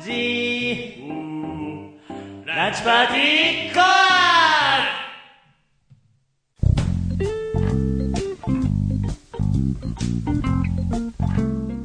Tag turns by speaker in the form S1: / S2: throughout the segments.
S1: じんランチパーティーコア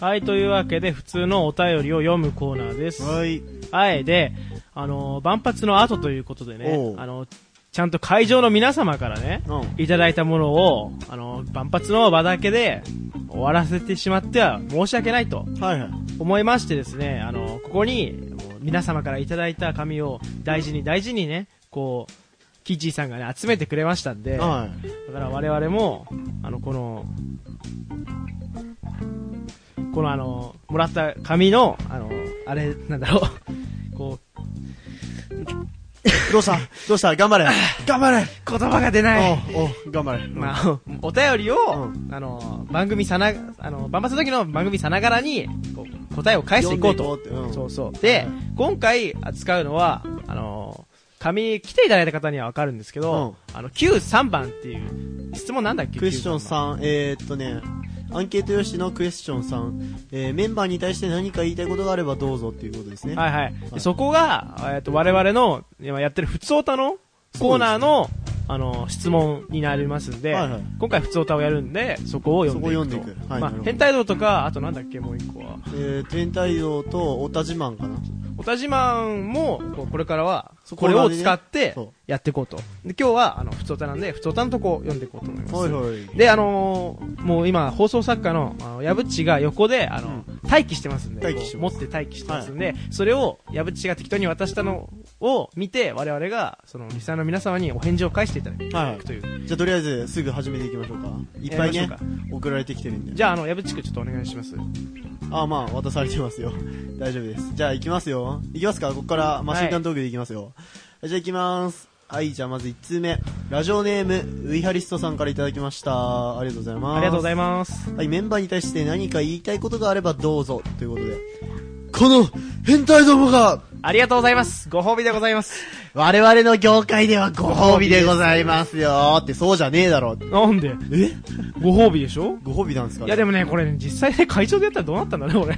S1: はい、というわけで、普通のお便りを読むコーナーです。
S2: はい。
S1: はい、で、あの、万発の後ということで
S2: お
S1: ね、
S2: う
S1: あの、ちゃんと会場の皆様からね、
S2: う
S1: いただいたものを、あの、万発の場だけで終わらせてしまっては申し訳ないと
S2: ん。はいはい。
S1: 思いましてですね、あの、ここに、もう皆様からいただいた紙を大事に大事にね、こう、キッチーさんがね、集めてくれましたんで、だか
S2: はい。
S1: ら我々も、あの、この、このあの、もらった紙の、あの、あれ、なんだろう、 こう、
S2: どう したどうした頑張れ。頑張れ。
S1: 言葉が出ない。
S2: おうおう頑張れ。
S1: まあ、お便りを、
S2: う
S1: あの、番組さな、あの、万発の時の番組さながらに、こう答えを返していこうと。
S2: 読んでいこうってうん
S1: そうそう。で、
S2: はい
S1: 今回扱うのは、あの、紙、来ていただいた方にはわかるんですけど、あの、Q3 番っていう、質問なんだっけ
S2: クエスチョン
S1: ん。
S2: 3、えー、っとね、アンケート用紙のクエスチョン3、えー、メンバーに対して何か言いたいことがあればどうぞっていうことですね。
S1: はいはい。で
S2: はい
S1: そこが、えっと、我々の、今やってる普通歌のコーナーの、あの、質問になりますんで、
S2: はいはい
S1: 今回普通歌をやるんで、そこを読んで
S2: そこを
S1: いくと。
S2: 読んでいくはい
S1: まあ
S2: なるほ、ど
S1: 変態道とか、あとなんだっけ、もう一個は。
S2: えー、天体道とオタ自慢かな。
S1: オタ自慢も、こうこれからは、
S2: そう
S1: これを使って
S2: これまでねそう、
S1: やっていこうと。で、今日は、あの、ふつおたなんで、ふつおたのとこ読んでいこうと思います。
S2: はいはい。
S1: で、あのーもう今、放送作家の、あの、矢渕が横で、あの、待機してますんで、
S2: 待機してます
S1: こう持って待機してますんで、それを、矢渕が適当に渡したのを見て、我々が、その、リスナーの皆様にお返事を返していただ
S2: はい
S1: くという。
S2: じゃあとりあえずすぐ始めていきましょうか。いっぱい
S1: や
S2: ね
S1: りましょ、
S2: 送られてきてるんで。
S1: じゃあ、あの、矢渕くんちょっとお願いします。は
S2: ああ、まあ、渡されてますよ。 大丈夫です。じゃあ、行きますよ。行きますかここから、マシンガントークで行きますよ。じゃあ、行きます。はい、じゃあ、まず1通目。ラジオネーム、ウイハリストさんからいただきました。ありがとうございます。
S1: ありがとうござい
S2: ま
S1: ます。
S2: す。はい、メンバーに対して何か言いたいことがあればどうぞ。ということで。この、変態どもが、
S1: ありがとうございます。ご褒美でございます。
S2: 我々の業界ではご褒美でございますよ。って、そうじゃねえだろ。
S1: なんで
S2: え
S1: ご褒美でしょ
S2: ご褒美なんですか、ね、
S1: いやでもね、これね、実際ね、会場でやったらどうなったんだね、これ。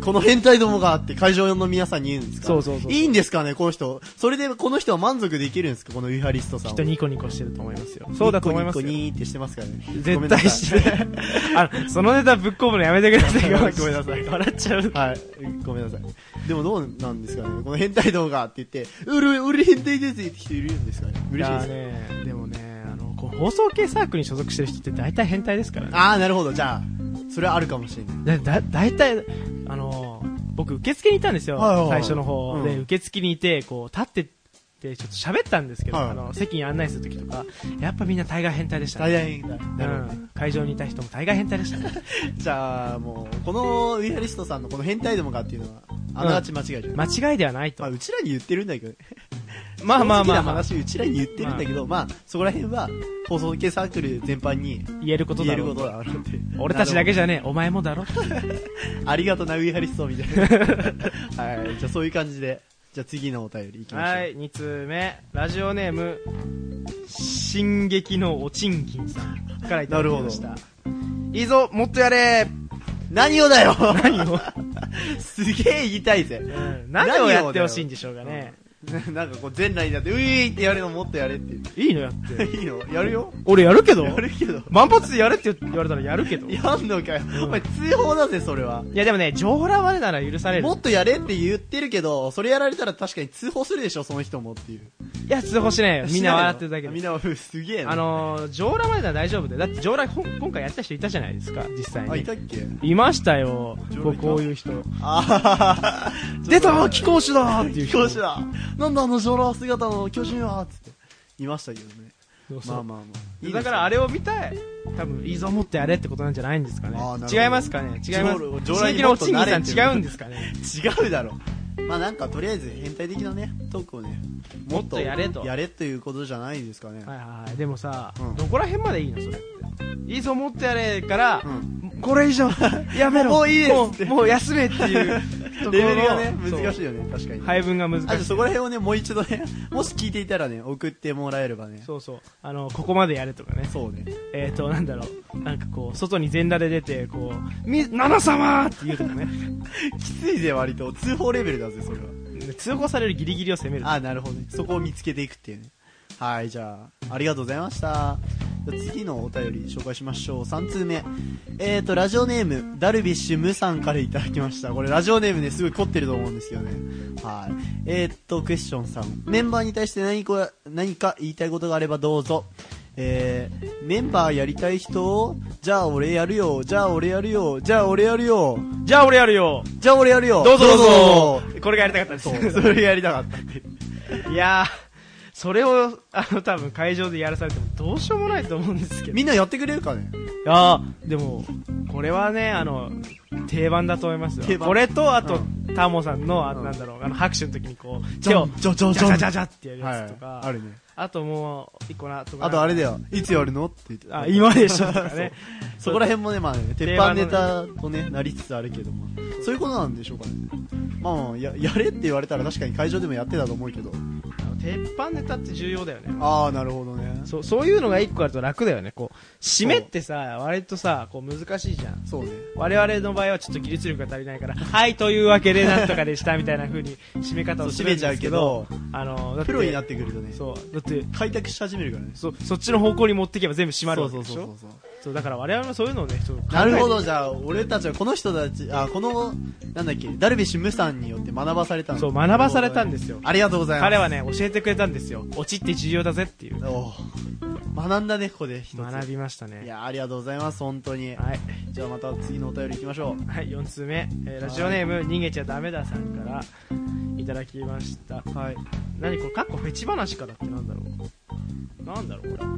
S2: この変態どもがって会場の皆さんに言うんですか
S1: そうそうそう
S2: いいんですかね、この人。それでこの人は満足できるんですかこのウィハリストさん
S1: き
S2: は。
S1: っとニコニコしてると思いますよ。そうだと思いますよ
S2: ニコニコニーってしてますからね。。
S1: 絶対してて。あの、そのネタぶっ込むのやめてくださいよ。
S2: ごめんなさい
S1: 笑っちゃう。
S2: はい。ごめんなさい。でもどうなんですかねこの変態動画って言って、うる、うる変態ですって人いるんですかね嬉しいですね。
S1: やーね、でもね、あの、こう放送系サークルに所属してる人って大体変態ですからね。
S2: あー、なるほど。じゃあ、それはあるかもしれない。
S1: だ、だ、大体、あの、僕、受付にいたんですよ。
S2: はいはいはい
S1: 最初の方、
S2: うん
S1: で、受付にいて、こう、立ってって、ちょっと喋ったんですけど、
S2: はい
S1: あの、席に案内するときとか、やっぱみんな大概変態でしたね。
S2: 大変だ。なるほど
S1: うん会場にいた人も大概変態でしたね。
S2: じゃあ、もう、このウィハリストさんのこの変態どもがっていうのは、あながち間違いじゃない。ま
S1: 間違いではないと
S2: あ、。うちらに言ってるんだけどね。
S1: まあま
S2: 正
S1: あまあ、
S2: 直な
S1: まあ、
S2: 話、うちらに言ってるんだけど、まあ、そこら辺は、放送系サークル全般に
S1: 言えること
S2: 言
S1: だ
S2: える
S1: ろ
S2: こ
S1: う
S2: とだなって。
S1: 俺たちだけじゃねえ、お前もだろ。
S2: なるほどありがとな、ウィハリストみたい な。はい。じゃあ、そういう感じで、じゃあ次のお便り行きましょう。
S1: はい、2通目、ラジオネーム、進撃のおちんきんさんからいただきまし
S2: な
S1: た。いいぞ、もっとやれ
S2: 何をだよ
S1: 何を
S2: すげえ言いたいぜ。
S1: 何をやってほしいんでしょうかね。
S2: ななんかこう、全裸になって、ういーってやるのもっとやれっていう。
S1: いいのやって。
S2: いいのやるよ
S1: 俺やるけど
S2: やるけど。
S1: 万発でやれって言われたらやるけど。い
S2: やんのかよ。お前、通報だぜ、それは。
S1: やでもね、上ラまでなら許される
S2: も。っとやれって言ってるけど、それやられたら確かに通報するでしょ、その人もっていう。
S1: いや、通報しないよ。みんな笑ってるだけ
S2: みん
S1: で。
S2: な、うんすげえな。
S1: あのー、上ラまでなら大丈夫で。だって上ラほん今回やった人いたじゃないですか、実際
S2: あ、い
S1: に
S2: た。っけ
S1: いましたよ。こう
S2: 上裸
S1: こういう人。
S2: あー
S1: 出た貴公子だっていう人
S2: 教師だなんだあの上裸姿の巨人はつって。いましたけどね。
S1: そうそう
S2: まあまあまあ。
S1: だからあ
S2: れ
S1: れを見たい多分いいぞ持ってやれってことなんじゃないんですかね
S2: あーなるほど
S1: 違いますかね違います
S2: 上
S1: 刺
S2: 上来
S1: 激
S2: に
S1: の
S2: も
S1: お
S2: っと
S1: ちんぎ
S2: 慣れて
S1: さ
S2: る
S1: ん違うんですかね
S2: 違うだろ。まあなんかとりあえず変態的なね、トークをね、もっ
S1: もっとやれと
S2: やれということじゃないですかね。
S1: はいはいはいでもさ、
S2: うん
S1: どこら辺までいいのそれっていいぞもっとやれから、
S2: う
S1: これ以上やめろ
S2: もういいですって
S1: もうもう休めっていうところの
S2: レベルがね、
S1: そう
S2: 難しいよね、確かに。
S1: 配分が難しい
S2: あとそこら辺をね、もう一度ね、もし聞いていたらね、送ってもらえればね。
S1: そうそうあのここまでやれとかね
S2: そうね。
S1: えっ、ー、となんだろうなんかこう外に全裸で出てこう「み七様!」って言うとかね
S2: きついぜ、割と。通報レベルだぜ、それは。
S1: 通報されるギリギリを攻める
S2: あなるほどねそこを見つけていくっていうねはいじゃあありがとうございましたじゃあ次のお便り紹介しましょう3通目えーとラジオネームダルビッシュ無さんからいただきましたこれラジオネームねすごい凝ってると思うんですけどねはいえーとクエスチョンさんメンバーに対して何か何か言いたいことがあればどうぞえー、メンバーやりたい人じゃあ俺やるよじゃあ俺やるよじゃあ俺やるよ
S1: じゃあ俺やるよ
S2: じゃあ俺やるよ
S1: どうぞどうぞこれがやりたかったです
S2: そうそれやりたかった
S1: いやー、それを、あの、多分会場でやらされてもどうしようもないと思うんですけど。い
S2: みんなやってくれるかね
S1: やー、でも、これはね、あの、定番だと思います
S2: 定
S1: よ。
S2: 番
S1: これと、あと、
S2: う
S1: タモさんの、あ
S2: う
S1: の、
S2: ん
S1: なんだろう、あの、拍手の時にこう、
S2: じ
S1: 手
S2: ゃ
S1: を
S2: ん、じゃじゃ
S1: じ
S2: じゃ
S1: ゃ
S2: ん
S1: じゃじゃじゃってやる
S2: はい
S1: やつとか、
S2: あるね
S1: あともう、一個な、とか。
S2: あとあれだ。よいつやるのって言ってた
S1: あ、今でしょ、とかね。
S2: そこら辺もねまあ ね鉄
S1: 定
S2: 板
S1: 番の
S2: ネタとねなりつつあるけどもそういうことなんでしょうかねまあややれって言われたら確かに会場でもやってたと思うけど
S1: あの鉄板ネタって重要だよね。
S2: ああなるほどね
S1: そう、そういうのが一個あると楽だよね。こう、締めってさ、割とさ、こう難しいじゃん。
S2: そうね
S1: 我々の場合はちょっと技術力が足りないから、 はい、というわけでなんとかでしたみたいな風に締め方をするんですけど、あの、だっ
S2: プ
S1: て
S2: ロになってくるとね
S1: そう、だって、
S2: 開拓し始めるからね
S1: そ、そっちの方向に持っていけば全部閉まる
S2: そ
S1: わ
S2: う
S1: け
S2: そ
S1: で
S2: う
S1: し
S2: そ
S1: ょ
S2: う
S1: そう
S2: そう
S1: だから我々もそういうのをね、ちょっと考え
S2: なるほ
S1: て。
S2: どじゃあ俺たちはこの人たちあこのなんだっけダルビッシュ無さんによって学ばされたんだ
S1: そう、学ばされたんですよ。
S2: ありがとうございます
S1: 彼はね、教えてくれたんですよ。落ちって重要だぜっていう。
S2: おー学んだねここで一つ
S1: 学びました
S2: い
S1: ね。
S2: やーありがとうございます本当に
S1: はい。
S2: じゃあまた次のお便り行きましょ
S1: はい、4つ目、えーラジオネーム、逃げちゃダメださんから、いただきました。
S2: うはい
S1: 何これ、かっこフェチ話からってなんだろう。なんだろう、これ。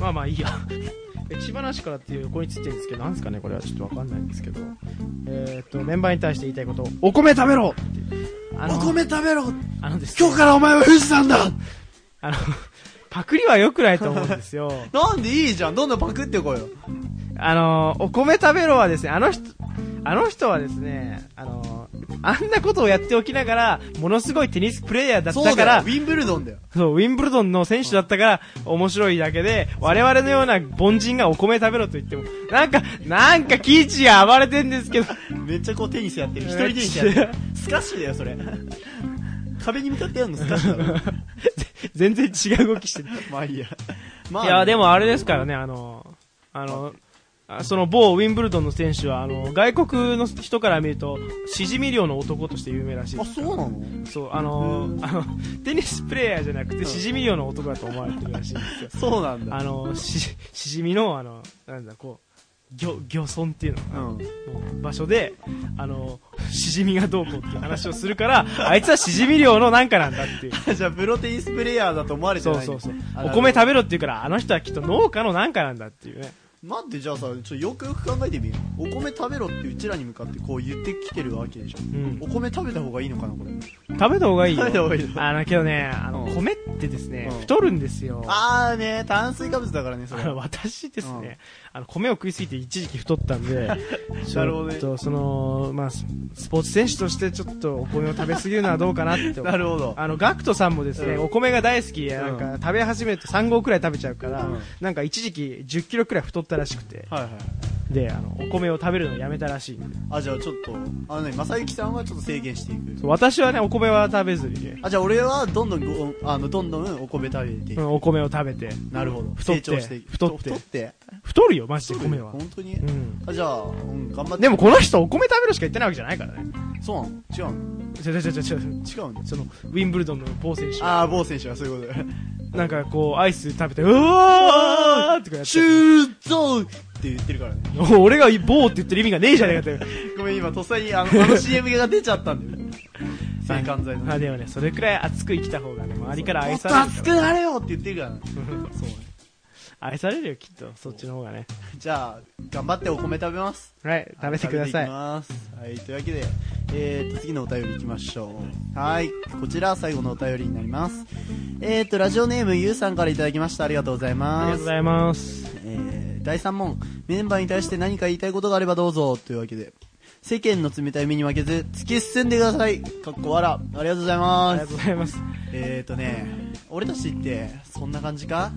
S1: まあまあいいや。 フェチ話からっていう横についてるんですけど、なんですかね、これはちょっとわかんないんですけど。えーっと、メンバーに対して言いたいこと、お米食べろってあの
S2: お米食べろ
S1: あのですね、
S2: 今日からお前は富士山だ
S1: あの、 パクリは良くないと思うんですよ。
S2: なんでいいじゃんどんどんパクってこいよ
S1: あの、お米食べろはですね、あの人、あの人はですね、あの、あんなことをやっておきながら、ものすごいテニスプレイヤーだっ
S2: そう
S1: たか
S2: だよ
S1: ら
S2: ウ、ィンブルドンだよ
S1: そう、ウィンブルドンの選手だったから、面白いだけで、我々のような凡人がお米食べろと言っても、なんか、なんかキーチが暴れてんですけど、
S2: めっちゃこうテニスやってる一人テニスやってるスカッシュだよそれ壁に向かってやるのスカッシュだろ
S1: 全然違う動きしてる。
S2: まあいいやま
S1: いや、で
S2: も
S1: もあれですからね、あの、あの、あその某ウィンブルドンの選手は、あの、外国の人から見ると、しじみ漁の男として有名らしいで
S2: あ
S1: す。
S2: そうなの。
S1: そう、あのーあの、テニスプレイヤーじゃなくて、しじみ漁の男だと思われてるらしいんですよ
S2: そうなんだ
S1: あのー、し、しじみの、あの、なんだ、こう、漁、漁村っていうのかな
S2: うん
S1: もう場所で、あのー、しじみがどうこうっていう話をす るから、あいつはしじみ漁のなんかなんだっていう。
S2: じゃあプロテインスプレイヤーだと思われて
S1: そ
S2: な
S1: う
S2: い
S1: そうそう
S2: あ。
S1: お
S2: なるほど
S1: 米食べろって言うから、あの人はきっと農家のなんかなんだっていうね。
S2: 待ってじゃあさちょっとよくよく考えてみようお米食べろってうちらに向かってこう言ってきてるわけでしょ
S1: うん
S2: お。米食べた方がいいのかなこれ
S1: 食べた方がいいよ。
S2: 食べた方がいいよ
S1: あの、けどね、あの、
S2: うん
S1: 米ってですね
S2: う、ん
S1: 太るんですよ。
S2: あーね炭水化物だからねそれ
S1: あの私ですね、あの米を食いすぎて一時期太ったんで、 ち
S2: なるほど
S1: ょっ
S2: ね
S1: とその、まあ、ススポーツ選手としてちょっとお米を食べ過ぎるのはどうかなっ て。
S2: なるほど
S1: あの、ガクトさんもですね、
S2: うん
S1: お米が大好きで、な
S2: うんん
S1: か食べ始めると3合くらい食べちゃうから、
S2: うん
S1: なんか一時期10キロくらい太ったらしくて、
S2: はいはい
S1: で、あの、お米を食べるのをやめたらしいんで
S2: あじゃあちょっとあのね正幸さんはちょっと制限していく
S1: そう私はね、お米は食べずにね、
S2: あじゃあ俺はどんどんごあのどんどんお米食べていく
S1: う、んお米を食べて、
S2: なるほど
S1: 太って
S2: 成長していく
S1: 太って
S2: 太って
S1: 太るよ、マジで米は。
S2: 本当に、
S1: うん。
S2: あじゃあ、うん、頑張って
S1: でもこの人お米食べるしか言ってないわけじゃないからね。
S2: そうなの違うの
S1: 違う違う違う違
S2: 違
S1: う。
S2: うの
S1: そのウィンブルドンの某選手
S2: ああ某選手はそういうこと
S1: なんかこうアイス食べてうわーってこうや
S2: だ
S1: っ
S2: シ
S1: て
S2: ューゾーって言ってるからね
S1: 俺が棒って言ってる意味がねえじゃねえかって
S2: ごめん今とっさにあのあの CM が出ちゃったんだ よ性感剤の
S1: まあでもねそれくらい熱く生きた方がね周りから愛され
S2: もっと
S1: る
S2: 熱
S1: か
S2: くなれよって言ってるからね
S1: ら
S2: そうね
S1: 愛されるよ、きっと。そっちの方がね。
S2: じゃあ、頑張ってお米食べます。
S1: はい、食べてくださ。
S2: はいい食べていきます。はい、というわけで、えーと、次のお便りいきましょう。はい、こちら最後のお便りになります。えーと、ラジオネームゆうさんからいただきました。ありがとうござい
S1: ありが
S2: ま
S1: とうご
S2: す。
S1: ざいます。
S2: えー第3問メンバーに対して何か言いたいことがあればどうぞというわけで世間の冷たい目に負けず突き進んでくださいかっこわらありがとうござい
S1: あ
S2: ま
S1: り
S2: す
S1: がとうございます。
S2: えーとね俺たちってそんな感じか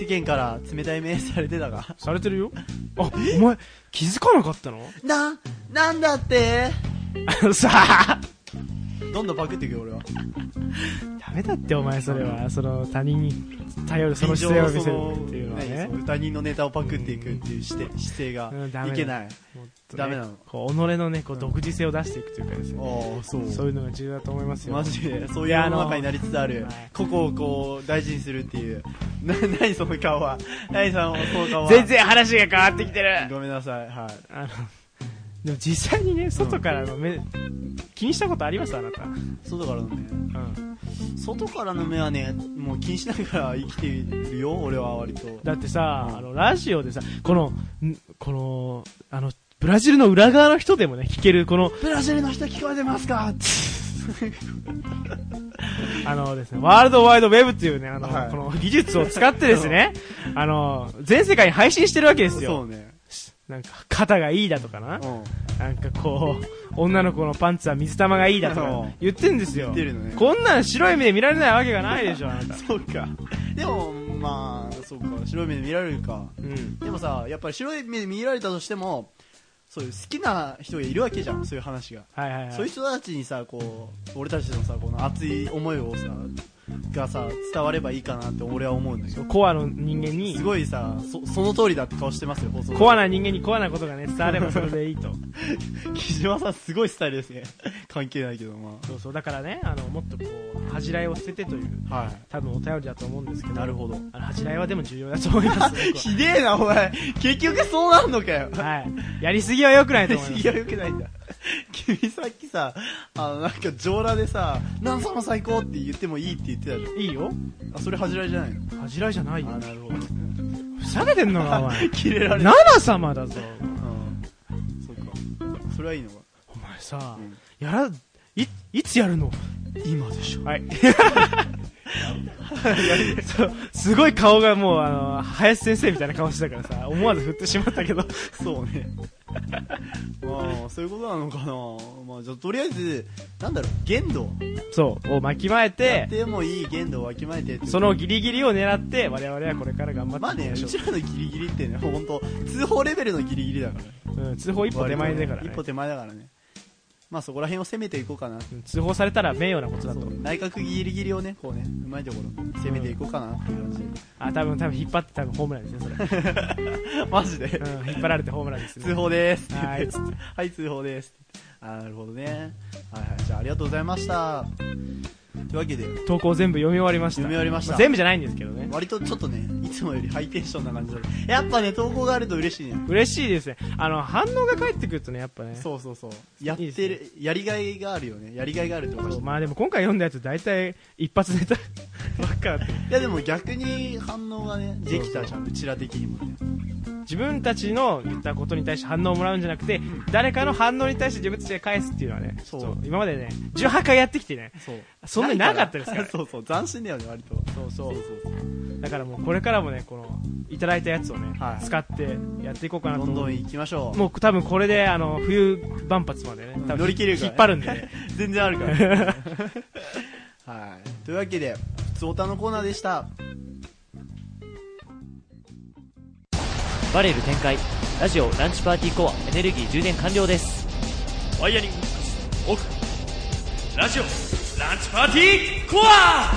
S2: 世間から冷たい目されてたが
S1: されてるよ。あ、お前、気づかなかったの
S2: ななんだって
S1: あのさ、
S2: どんどんパクっていくよ俺は
S1: ダメだってお前それは、その他人に頼るその姿勢を見せるっていうのは
S2: その
S1: ね
S2: 何。その他人のネタをパクっていくっていう姿勢姿勢が
S1: うんダメ
S2: い
S1: だ
S2: けない
S1: もっとね
S2: ダメなの
S1: こう、己のね、こう、独自性を出していくというかですね。
S2: ああそう
S1: そういうのが重要だと思いますよ。
S2: マジでそうい
S1: い
S2: う
S1: や
S2: 世の中になりつつある
S1: はい
S2: 個々をこう大事にするっていうな 何その顔は何その顔は
S1: 全然話が変わってきてる
S2: ごめんなさいはい
S1: あの、でも実際にね、外からの目、気にしたことありますあなた。うん。
S2: 外からの目外からの目はねもう気にしながら生きてるよ俺は割と
S1: だってさ、
S2: うん
S1: あの、ラジオでさ、この、んこの、あの、ブラジルの裏側の人でもね、聞ける、この、
S2: ブラジルの人聞こえてますか
S1: あのですね、ワールドワイドウェブっていうね、あの、
S2: はい
S1: この技術を使ってですね、あの、全世界に配信してるわけです
S2: そ
S1: よ。
S2: うね
S1: なんか、肩がいいだとかな
S2: う。ん
S1: なんかこう、女の子のパンツは水玉がいいだと
S2: う
S1: か
S2: ん
S1: 言ってんですよ
S2: 言って。るのね
S1: こんなん白い目で見られないわけがないで しょ、あなた。
S2: そうかでもまあそうか白い目で見られるか
S1: うん。
S2: でもさやっぱり白い目で見られたとしてもそういう好きな人がいるわけじゃんそういう話が
S1: はいはいはい。
S2: そういう人たちにさこう俺たちのさこの熱い思いをさがさ伝わればいいかなって俺は思うんだけど
S1: コアの人間に
S2: す、ごいさそその通りだって顔してますよ放送
S1: コアな人間にコアなことがね、伝わればそれでいいと。
S2: 木島さんすごいスタイルですね 関係ないけどま
S1: そうそう。だからね、あの、もっとこう、恥じらいを捨ててという、
S2: あは
S1: 多分お便りだと思うんですけど。
S2: なるほど
S1: あの、恥じらいはでも重要だと思います。僕は
S2: ひでえなお前結局そうなんのかよ
S1: はい。やりすぎは良くないと思いま
S2: い
S1: す。
S2: やよくないんだ君さっきさあのなんか上裸でさ「なんその最高!」って言ってもいいって言ってたじ
S1: いいよ。
S2: ゃんあそれ恥じらいじゃないの
S1: 恥じらいじゃないよ
S2: あ。なるほど
S1: ふざけてんのか、お前。
S2: 切れられる
S1: ナナ様だぞ。
S2: うんそっかそれはいいのか
S1: お前さ
S2: うん、
S1: やら、い、いつやるの
S2: 今でしょ
S1: はい。 そうすごい顔がもう、あの、林先生みたいな顔して たからさ、思わず振ってしまったけど。
S2: そうね まあそういうことなのかなまあじゃあとりあえずなんだろう限度
S1: そう、を巻きまえ
S2: や
S1: て
S2: っ、てもいい限度をわきまえてって
S1: そのギリギリを狙って、我々はこれから頑張
S2: まあ
S1: っていき
S2: ね
S1: ま
S2: う
S1: しょ
S2: ちらのギリギリってね本当通報レベルのギリギリだからね
S1: う。うん、通報一歩手前だからね
S2: 一。歩手前だからねまあそこら辺を攻めていこうかな
S1: うん通報されたら名誉なことだと。
S2: 内角ギリギリをねこうねうまいところ攻めていこうかなっていう感じ、
S1: あ、多分、多分引っ張って多分ホームランですね、そ
S2: マジで
S1: れ。うん、引っ張られてホームランです
S2: 通
S1: ね。
S2: 報ですって
S1: は
S2: 言
S1: い
S2: って はい、通報ですってあーなるほどね。はいはい、じゃあありがとうございました。というわけで、
S1: 投稿全部読み終わりました。
S2: 読み終わりました
S1: あ全部じゃないんですけどね。
S2: 割とちょっとね、いつもよりハイテンションな感じだったやっぱね、投稿があると嬉しいね。
S1: 嬉しいですね。あの、反応が返ってくるとね、やっぱね。
S2: そうそうそう。やってる、
S1: いい
S2: やりがいがあるよね。やりがいがあるってこと
S1: そうまあでも今回読んだやつ大体一発ネタ ばっかだった
S2: いやでも逆に反応がね、できたじゃん、うちら的にもね。
S1: 自分たちの言ったことに対して反応をもらうんじゃなくて、誰かの反応に対して自分たちが返すっていうのはね、ちょっと
S2: そう
S1: 今までね、18回やってきてね、
S2: そう。
S1: そんなになかったですから
S2: そうそう、斬新だよね、割と。
S1: そうそ
S2: そううそうそう。
S1: だからもうこれからもね、この、いただいたやつをね、
S2: はい
S1: 使ってやっていこうかな
S2: ど
S1: と
S2: ん
S1: 思
S2: ど
S1: う。
S2: ん行きましょう。
S1: もう多分これで、あの、冬万発までね、多分
S2: 乗り切れるから
S1: 引っ張るんでね。
S2: 全然あるから。 はい。というわけで、普通オタのコーナーでした。
S3: バレル展開ラジオランチパーティーコアエネルギー充電完了です
S4: ワイヤリングオフラジオランチパーティーコア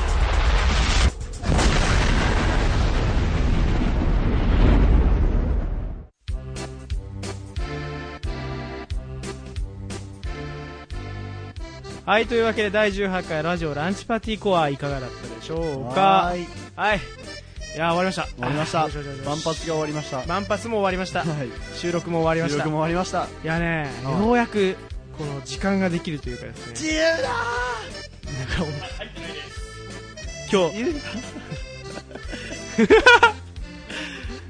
S1: はい、というわけで第18回ラジオランチパーティーコアいかがだったでしょうか
S2: はーい。
S1: はい。いやー、終わりました。終
S2: 終わりました。万
S1: 万
S2: 発が終わりました。は
S1: 万発 も終わりま した。
S2: い。
S1: 収録も終わりま
S2: 収
S1: した。
S2: 録も終わりました。
S1: いやね、
S2: うん
S1: ようやく、この時間ができるというか ですね。
S2: 由だ
S1: なんかお前
S2: ー言うな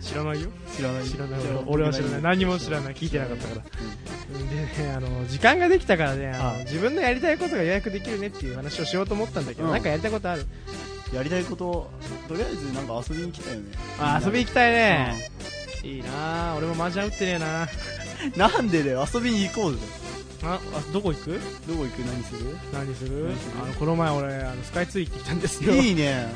S1: 知らないよ
S2: 知らない
S1: 知らない俺は俺は知らない何も知らない聞いてなかったから、でねあの時間ができたからねあの
S2: はい
S1: 自分のやりたいことが予約できるねっていう話をしようと思ったんだけど、
S2: うん
S1: なんかやりたいことある
S2: やりたいこととりあえずなんか遊びに来たよね
S1: あ遊び行
S2: き
S1: きたいね、いいなあ俺も麻雀打ってねえな
S2: なんでだよ遊びに行こうぜ
S1: ああどこ行く
S2: どこ行く何する
S1: 何する
S2: 何する
S1: あのこの前俺あのスカイツリー行ってきたんですよ
S2: いいね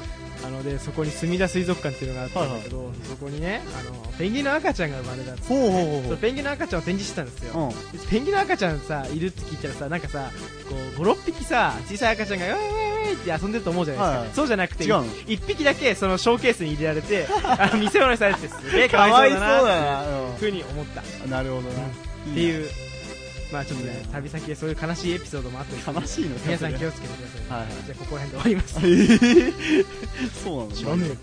S1: あのでそこに隅田水族館っていうのがあったんだけど、そこにねあのペンギンの赤ちゃんが生まれたっつって
S2: ほうほう
S1: そ
S2: ほ
S1: うペンギンの赤ちゃんを展示してたんですよ、
S2: うほう
S1: ペンギンの赤ちゃんさいるって聞いたらさなんかさこう56匹さ小さい赤ちゃんが「ウェイウェイウェイ」って遊んでると思うじゃないです
S2: は
S1: か、
S2: いはい
S1: そうじゃなくて
S2: 違うの
S1: 1匹だけそのショーケースに入れられて あの見せ物にされててす げえ
S2: うん
S1: かわいそうだなっ
S2: な
S1: ていうふうに思ったっ
S2: うんなるほどなって
S1: いううまあちょっとね旅先でそういう悲しいエピソードもあったりする
S2: 悲しいのか
S1: 皆さん
S2: そ
S1: 気
S2: れ
S1: をつけてください、
S2: はいはい
S1: じゃあここら辺で終わります
S2: えーそうなの
S1: ね えよ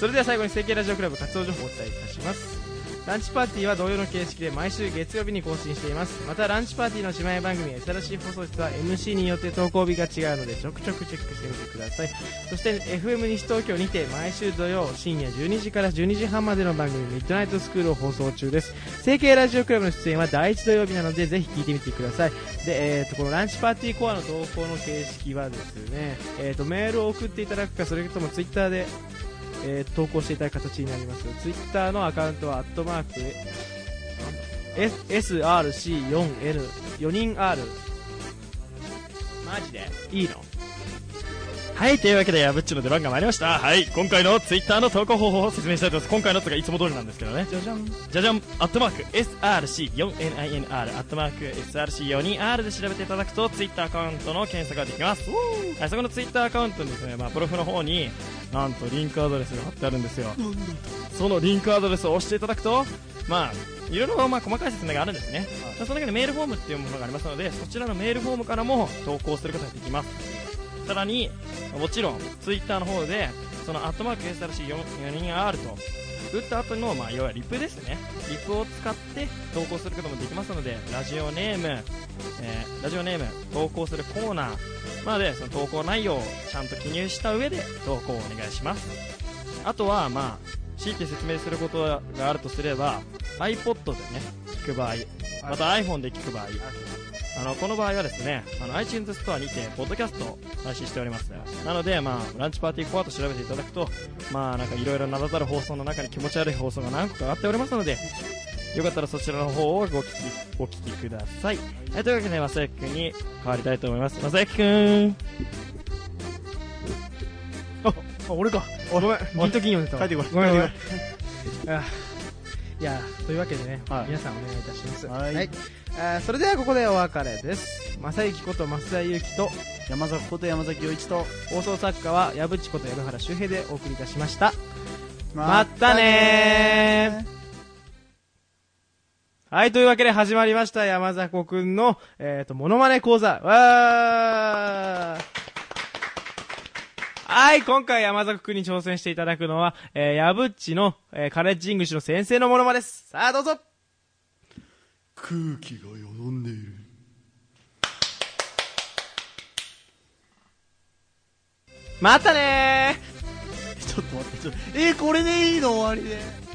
S1: それでは最後に成形ラジオクラブ活動情報をお伝えいたしますランチパーティーは同様の形式で毎週月曜日に更新していますまたランチパーティーの姉妹番組や新しい放送室は MC によって投稿日が違うのでちょくちょくチェックしてみてくださいそして FM 西東京にて毎週土曜深夜12時から12時半までの番組ミッドナイトスクールを放送中です成形ラジオクラブの出演は第1土曜日なのでぜひ聞いてみてくださいで、えー、とこのランチパーティーコアの投稿の形式はですね、えー、とメールを送っていただくかそれともツイッターで、えー投稿していただく形になりますツイッターのアカウントはアットマーク SRC4N4 人 R マジでいいの
S5: はい、というわけで、やぶっちの出番が参りました。はい、今回のツイッターの投稿方法を説明したいと思います。今回のやつがいつも通りなんですけどね。
S1: じゃじゃん
S5: じゃじゃん、アットマーク、SRC4NINR、アットマーク、SRC42R で調べていただくと、ツイッターアカウントの検索ができます。はい、そこのツイッターアカウントにですね、まあ、プロフの方に、なんとリンクアドレスが貼ってあるんですよ。そのリンクアドレスを押していただくと、まあ、いろいろまあ細かい説明があるんですね。まあその中にメールフォームっていうものがありますので、そちらのメールフォームからも投稿することができます。さらに、もちろん、ツイッターの方で、そのアットマーク SRC4R と、打った後の、まあ、要はリプですね。リプを使って投稿することもできますので、ラジオネーム、えーラジオネーム、投稿するコーナー、まあで、その投稿内容をちゃんと記入した上で投稿をお願いします。あとは、まあ、強いて説明することがあるとすれば、iPod でね、聞く場合、また iPhone で聞く場合、あの、この場合はですね、あの、iTunes ストアにて、ポッドキャストを配信しております。なので、まあ、ランチパーティーコアと調べていただくと、まあ、なんかいろいろ名だたる放送の中に気持ち悪い放送が何個か上がっておりますので、よかったらそちらの方をご聞き、お聞きください。はい、というわけで、まさゆきくんに変わりたいと思います。まさゆきくん。
S1: ああ俺かごめん銀と金読んでたわ
S2: 帰ってこい
S1: ごめんごめんあいやというわけでね、
S2: はい
S1: 皆さんお願いいたします
S2: はい
S1: あーそれではここでお別れです正幸こと増田裕樹と
S2: 山崎こと山崎陽一と
S1: 放送作家は矢渕こと藪原周平でお送りいたしました
S2: ま
S1: まったねーはい、というわけで始まりました、山迫くんの、えっ、と、モノマネ講座。わーはい、今回山迫くんに挑戦していただくのは、えー、矢ぶっちの、えーカレッジイングシュの先生のモノマネです。さあ、どうぞ
S2: 空気がよどんでい る
S1: またね
S2: ちょっと待ってちょっとえー、これでいいの終わりで